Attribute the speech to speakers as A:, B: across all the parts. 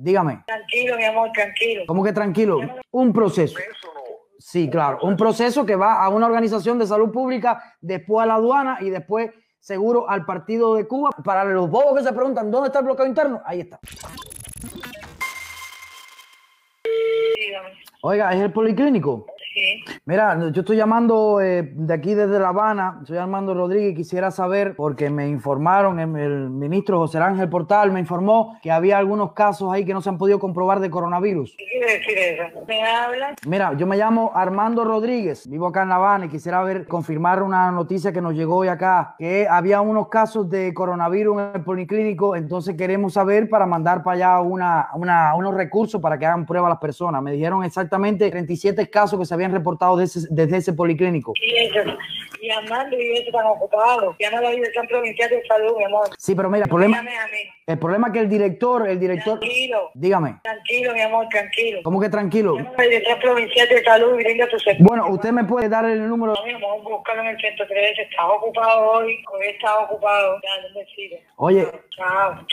A: Dígame.
B: Tranquilo, mi amor, tranquilo.
A: ¿Cómo que tranquilo? Un proceso. Sí, claro. Un proceso que va a una organización de salud pública, después a la aduana y después seguro al partido de Cuba. Para los bobos que se preguntan dónde está el bloqueo interno, ahí está.
B: Dígame.
A: Oiga, es el policlínico.
B: Sí.
A: Mira, yo estoy llamando eh, de aquí desde La Habana, soy Armando Rodríguez, quisiera saber, porque me informaron, em, el ministro José Ángel Portal me informó que había algunos casos ahí que no se han podido comprobar de coronavirus.
B: ¿Qué quiere decir eso? ¿Me hablas?
A: Mira, yo me llamo Armando Rodríguez, vivo acá en La Habana y quisiera ver, confirmar una noticia que nos llegó hoy acá, que había unos casos de coronavirus en el policlínico, entonces queremos saber para mandar para allá una, una- unos recursos para que hagan prueba a las personas. Me dijeron exactamente 37 casos que se habían reportado de ese- desde ese policlínico.
B: Y eso. Y Armando y eso están ocupados. Llama a la Dirección Provincial de Salud, mi amor.
A: Sí, pero mira, el problema,
B: Llame a mí.
A: el problema es que el director, el director,
B: Tranquilo.
A: dígame,
B: Tranquilo, mi amor, tranquilo.
A: ¿cómo que tranquilo?
B: Llama a la Dirección Provincial de Salud y brinda tu servicio.
A: Bueno, usted me puede dar el número.
B: No, mi amor, búscalo en el 113. Estás ocupado hoy. Hoy estás ocupado. Ya, no me sirve.
A: Oye,
B: Chao.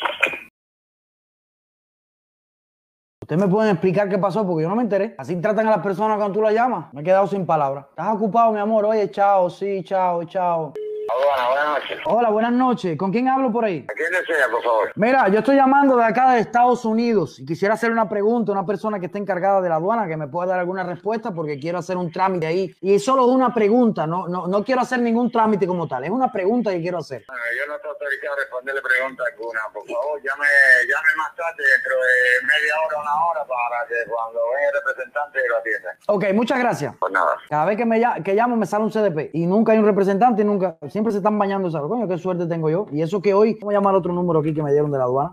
A: ¿usted me pueden explicar qué pasó? Porque yo no me enteré. Así tratan a las personas cuando tú las llamas. Me he quedado sin palabras. Estás ocupado, mi amor. Oye, chao, sí, chao, chao.
C: Aduana, Ah, buenas noches.
A: Hola, buenas noches. ¿Con quién hablo por ahí?
C: ¿A quién desea, por favor?
A: Mira, yo estoy llamando de acá de Estados Unidos y quisiera hacer una pregunta a una persona que esté encargada de la aduana que me pueda dar alguna respuesta porque quiero hacer un trámite ahí. Y es solo una pregunta, no, no, no quiero hacer ningún trámite como tal, es una pregunta que quiero hacer.
C: Bueno, yo no estoy autorizado a responderle pregunta alguna. Por favor, llame, llame más tarde, dentro de media hora, una hora, para que cuando venga el representante lo atienda.
A: Ok, muchas gracias.
C: Pues nada.
A: Cada vez que me lla- que llamo me sale un CDP y nunca hay un representante y nunca, siempre se están bañando, ¿sabes? Coño, qué suerte tengo yo. Y eso que hoy, vamos a llamar otro número aquí que me dieron de la aduana.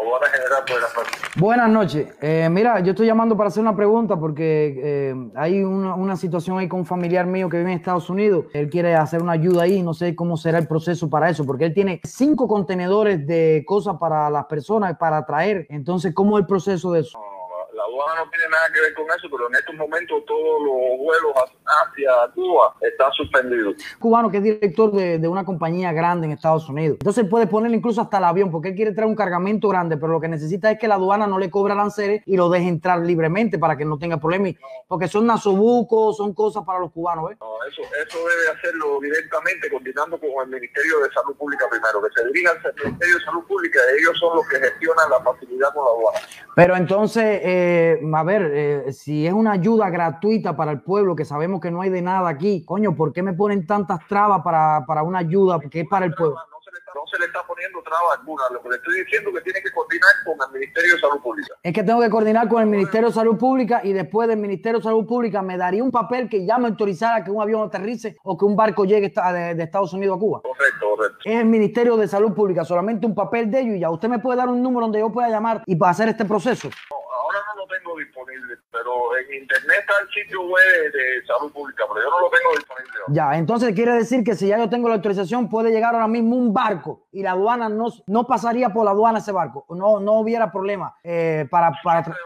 C: Aduana general, pues la
A: Buenas noches. Eh, mira, yo estoy llamando para hacer una pregunta porque eh, hay una, una situación ahí con un familiar mío que vive en Estados Unidos. Él quiere hacer una ayuda ahí. No sé cómo será el proceso para eso, porque él tiene cinco contenedores de cosas para las personas, para traer. Entonces, ¿cómo es el proceso de eso?
C: No, la aduana no tiene nada que ver con eso, pero en estos momentos todos los vuelos hacia Cuba están suspendidos.
A: Cubano que es director de, de una compañía grande en Estados Unidos. Entonces, él puede ponerle incluso hasta el avión, porque él quiere traer un cargamento grande, pero lo que necesita es que la aduana no le cobre aranceles y lo deje entrar libremente para que no tenga problemas. Porque son nasobucos, son cosas para los cubanos, ¿eh? ¿ves?
C: No, eso, eso debe hacerlo directamente coordinando con el Ministerio de Salud Pública primero, que se dirija al Ministerio de Salud Pública, ellos son los que gestionan la facilidad con la aduana.
A: Pero entonces, eh, a ver, eh, si es una ayuda gratuita para el pueblo, que sabemos que no hay de nada aquí, coño, ¿por qué me ponen tantas trabas para, para una ayuda que es para el pueblo?
C: No se, le está, no se le está poniendo traba alguna. Lo que le estoy diciendo es que tiene que coordinar con el Ministerio de Salud Pública.
A: Es que tengo que coordinar con el Ministerio de Salud Pública y después del Ministerio de Salud Pública me daría un papel que ya me autorizara que un avión aterrice o que un barco llegue esta- de, de Estados Unidos a Cuba.
C: Correcto, correcto.
A: Es el Ministerio de Salud Pública, solamente un papel de ellos y ya usted me puede dar un número donde yo pueda llamar y para hacer este proceso.
C: No, ahora no lo tengo disponible, pero en internet está el sitio web de, de Salud Pública, pero yo no lo tengo disponible. ahora.
A: Ya, entonces quiere decir que si ya yo tengo la autorización, puede llegar ahora mismo un barco y la aduana no, no pasaría por la aduana ese barco, no, no hubiera problema eh, para, para... tra-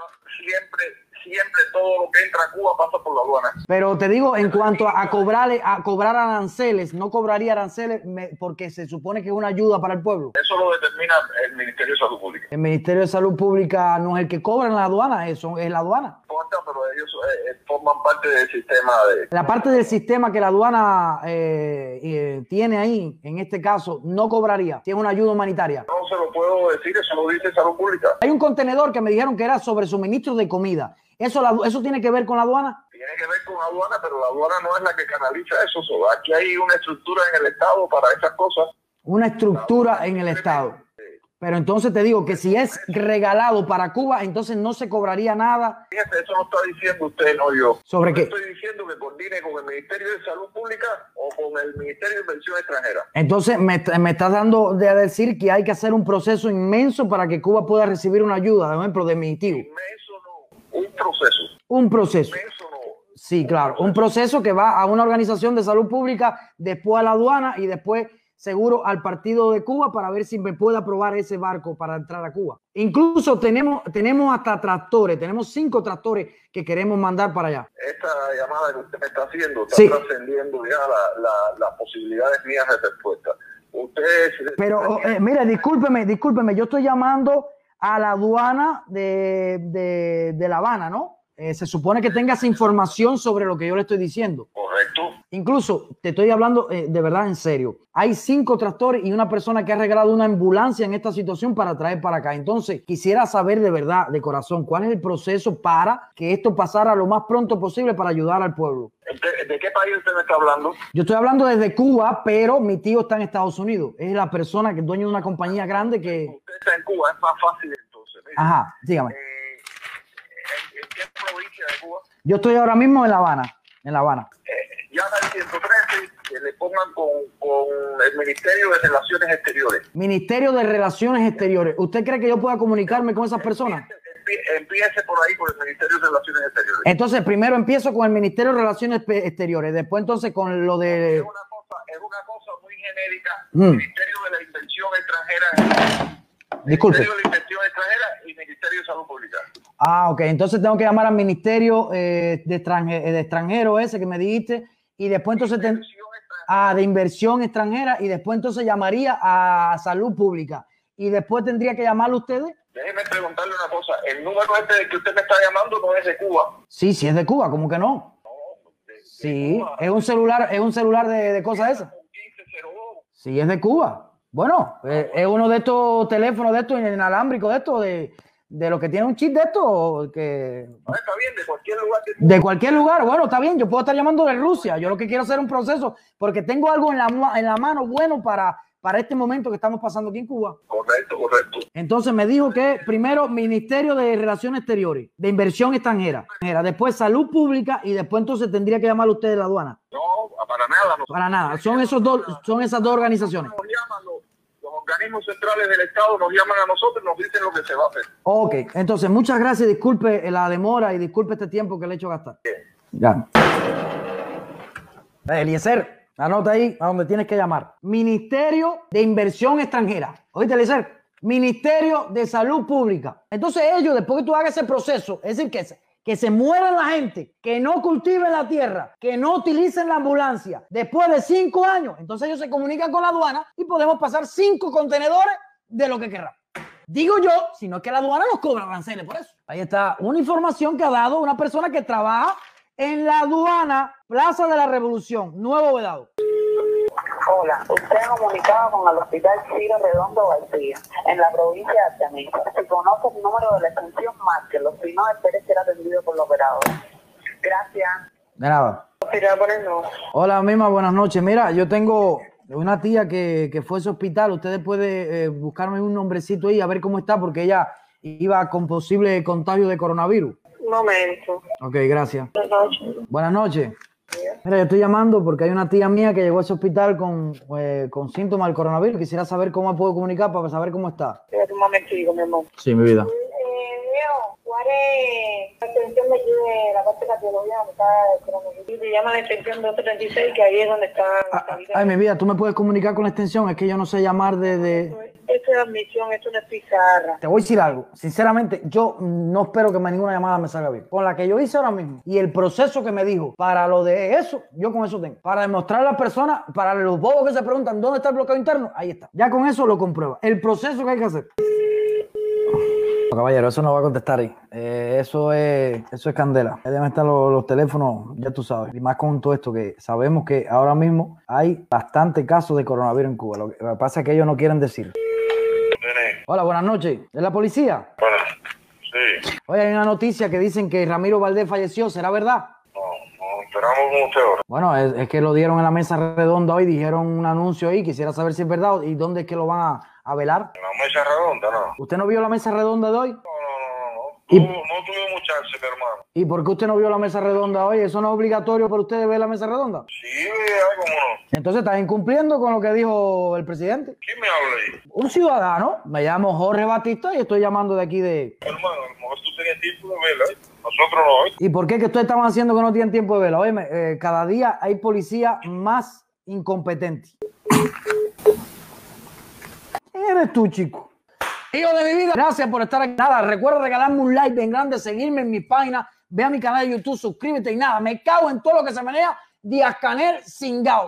C: Siempre, siempre todo lo que entra a Cuba pasa por la aduana.
A: Pero te digo, en cuanto a, a cobrarle, a cobrar aranceles, no cobraría aranceles me- porque se supone que es una ayuda para el pueblo.
C: Eso lo determina el Ministerio de Salud Pública.
A: El Ministerio de Salud Pública no es el que cobra en la aduana, eso es la aduana.
C: No importa, pero ellos eh, eh, forman parte del sistema de...
A: La parte del sistema que la aduana eh, eh, tiene ahí, en este caso, no cobraría, tiene una ayuda humanitaria.
C: No se lo puedo decir, eso lo dice Salud Pública.
A: Hay un contenedor que me dijeron que era sobre suministro de comida. ¿Eso, la- eso tiene que ver con la aduana?
C: Tiene que ver con aduana, pero la aduana no es la que canaliza eso. so, Aquí hay una estructura en el Estado para esas cosas.
A: Una estructura en el Estado. Pero entonces te digo que si es regalado para Cuba, entonces no se cobraría nada.
C: Fíjese, eso no está diciendo usted, no yo.
A: ¿Sobre qué?
C: Estoy diciendo que coordine con el Ministerio de Salud Pública o con el Ministerio de Inversión Extranjera.
A: Entonces me, est- me estás dando de decir que hay que hacer un proceso inmenso para que Cuba pueda recibir una ayuda, por ejemplo, de mi tío.
C: Inmenso no. Un proceso.
A: Un proceso.
C: Inmenso no.
A: Sí, claro. Un proceso que va a una organización de salud pública, después a la aduana y después seguro al partido de Cuba para ver si me puede aprobar ese barco para entrar a Cuba. Incluso tenemos, tenemos hasta tractores, tenemos cinco tractores que queremos mandar para allá.
C: Esta llamada que usted me está haciendo está
A: Sí.
C: trascendiendo ya la- la- las posibilidades mías de respuesta. Usted...
A: oh, eh, Pero, eh, mira, discúlpeme, discúlpeme, yo estoy llamando a la aduana de, de, de La Habana, ¿no? Eh, se supone que tengas información sobre lo que yo le estoy diciendo.
C: correcto.
A: Incluso, te estoy hablando eh, de verdad en serio. Hay cinco tractores y una persona que ha regalado una ambulancia en esta situación para traer para acá. Entonces, quisiera saber de verdad, de corazón, cuál es el proceso para que esto pasara lo más pronto posible para ayudar al pueblo.
C: ¿De, de qué país usted me está hablando?
A: Yo estoy hablando desde Cuba, pero mi tío está en Estados Unidos. Es la persona que es dueño de una compañía grande que...
C: Usted está en Cuba, es más fácil entonces. Mire,
A: Ajá, dígame.
C: eh, ¿en, en qué provincia de Cuba?
A: Yo estoy ahora mismo en La Habana, en La Habana.
C: Eh, llama al 113 que le pongan con, con el Ministerio de Relaciones Exteriores.
A: Ministerio de Relaciones Exteriores. ¿Usted cree que yo pueda comunicarme con esas personas?
C: Empie- Empiece por ahí, por el Ministerio de Relaciones Exteriores.
A: Entonces, primero empiezo con el Ministerio de Relaciones Pe- Exteriores, después entonces con lo
C: es
A: de...
C: una cosa, es una cosa muy genérica.
A: Mm.
C: Ministerio de la Inversión Extranjera,
A: Disculpe.
C: Ministerio de la Inversión Extranjera y Ministerio de Salud Pública.
A: Ah, ok. Entonces tengo que llamar al Ministerio eh, de, extranje- eh, de Extranjero ese que me dijiste y después entonces... ten-
C: Inversión extranjera.
A: Ah, de inversión extranjera y después entonces llamaría a salud pública y después tendría que llamar a ustedes.
C: Déjeme preguntarle una cosa. El número este del que usted me está llamando no es de Cuba.
A: Sí, sí es de Cuba, ¿cómo que no? Sí, es un celular, es un celular de, de cosas esas.
C: 1502.
A: Sí, es de Cuba. Bueno, eh, es uno de estos teléfonos de estos inalámbricos de estos de, de los que tiene un chip de estos que
C: No, está bien, de cualquier lugar que
A: de cualquier lugar. Bueno, está bien, yo puedo estar llamando de Rusia. Yo lo que quiero hacer es un proceso porque tengo algo en la, ma- en la mano bueno para para este momento que estamos pasando aquí en Cuba.
C: Correcto, correcto.
A: Entonces me dijo que primero Ministerio de Relaciones Exteriores, de Inversión Extranjera, extranjera, después Salud Pública y después entonces tendría que llamar a ustedes la aduana.
C: No, para nada. Nosotros
A: Para nada, son, esos dos, son esas dos organizaciones.
C: nos llaman los, los organismos centrales del Estado, nos llaman a nosotros y nos dicen lo que se va a hacer.
A: Ok, entonces muchas gracias, disculpe la demora y disculpe este tiempo que le he hecho gastar. Ya. Eh, Eliezer, anota ahí a donde tienes que llamar. Ministerio de Inversión Extranjera. Oíste, Eliezer. Ministerio de Salud Pública. Entonces ellos, después que tú hagas ese proceso, es decir, que se, que se muera la gente, que no cultiven la tierra, que no utilicen la ambulancia, después de cinco años, entonces ellos se comunican con la aduana y podemos pasar cinco contenedores de lo que querramos. Digo yo, si no es que la aduana nos cobra aranceles por eso. Ahí está una información que ha dado una persona que trabaja en la aduana Plaza de la Revolución, Nuevo Vedado.
B: Hola, usted ha comunicado con el Hospital Ciro Redondo García, en la provincia de Artemisa. Si conoce el número de la extensión, márquelo. Si no, espere ser atendido por la operadora. Gracias.
A: De nada.
B: Hospital Moreno.
A: Hola, Mima, buenas noches. Mira, yo tengo una tía que, que fue a ese hospital. Ustedes pueden eh, buscarme un nombrecito ahí a ver cómo está, porque ella iba con posible contagio de coronavirus.
B: Un momento.
A: Ok, gracias.
B: Buenas noches.
A: Buenas noches. Mira, yo estoy llamando porque hay una tía mía que llegó a ese hospital con, eh, con síntomas del coronavirus. Quisiera saber cómo puedo comunicar para saber cómo está.
B: Espérate un momentico, mi amor.
A: Sí, mi vida.
D: Eh, Leo, ¿cuál es la extensión de aquí de la parte de cardiología donde está el coronavirus?
B: Y te llama la extensión 236, que ahí es donde está la salida.
A: Ah, Ay, mi vida, tú me puedes comunicar con la extensión. Es que yo no sé llamar de... de-
B: Esto es admisión, esto no es pizarra.
A: Te voy a decir algo. Sinceramente, yo no espero que me- ninguna llamada me salga bien. Con la que yo hice ahora mismo y el proceso que me dijo para lo de eso, yo con eso tengo. Para demostrar a las personas, para los bobos que se preguntan dónde está el bloqueo interno, ahí está. Ya con eso lo comprueba. El proceso que hay que hacer. Caballero, eso no va a contestar ahí. Eh, eso es eso es candela. Ahí Deben estar los, los teléfonos, ya tú sabes. Y más con todo esto que sabemos que ahora mismo hay bastante casos de coronavirus en Cuba. Lo que, lo que pasa es que ellos no quieren decir. Hola, buenas noches. ¿Es la policía?
C: Bueno, sí,
A: Oye, hay una noticia que dicen que Ramiro Valdés falleció. ¿Será verdad?
C: no, nos enteramos con usted ahora.
A: Bueno, es, es que lo dieron en la mesa redonda hoy, dijeron un anuncio ahí. Quisiera saber si es verdad y dónde es que lo van a, a velar.
C: En la mesa redonda, no.
A: ¿Usted no vio la mesa redonda de hoy?
C: No, no, no, no.
A: Y-
C: Tuvo- no tuve mucha chance, mi hermano.
A: ¿Y por qué usted no vio la mesa redonda hoy? ¿Eso no es obligatorio para ustedes ver la mesa redonda?
C: Sí, ya, cómo no.
A: Entonces estás incumpliendo con lo que dijo el presidente.
C: ¿Quién me habla ahí?
A: Un ciudadano, me llamo Jorge Batista y estoy llamando de aquí de...
C: Hermano, a lo mejor tú tenías tiempo de verla, ¿eh? Nosotros no, ¿eh?
A: ¿Y por qué que ustedes estaban haciendo que no tienen tiempo de verla? Oye, cada día hay policía más incompetente. ¿Quién eres tú, chico? Hijo de mi vida, gracias por estar aquí. Nada, recuerda regalarme un like bien grande, seguirme en mi página, ve a mi canal de YouTube, suscríbete y nada, me cago en todo lo que se maneja, Díaz Canel Singao.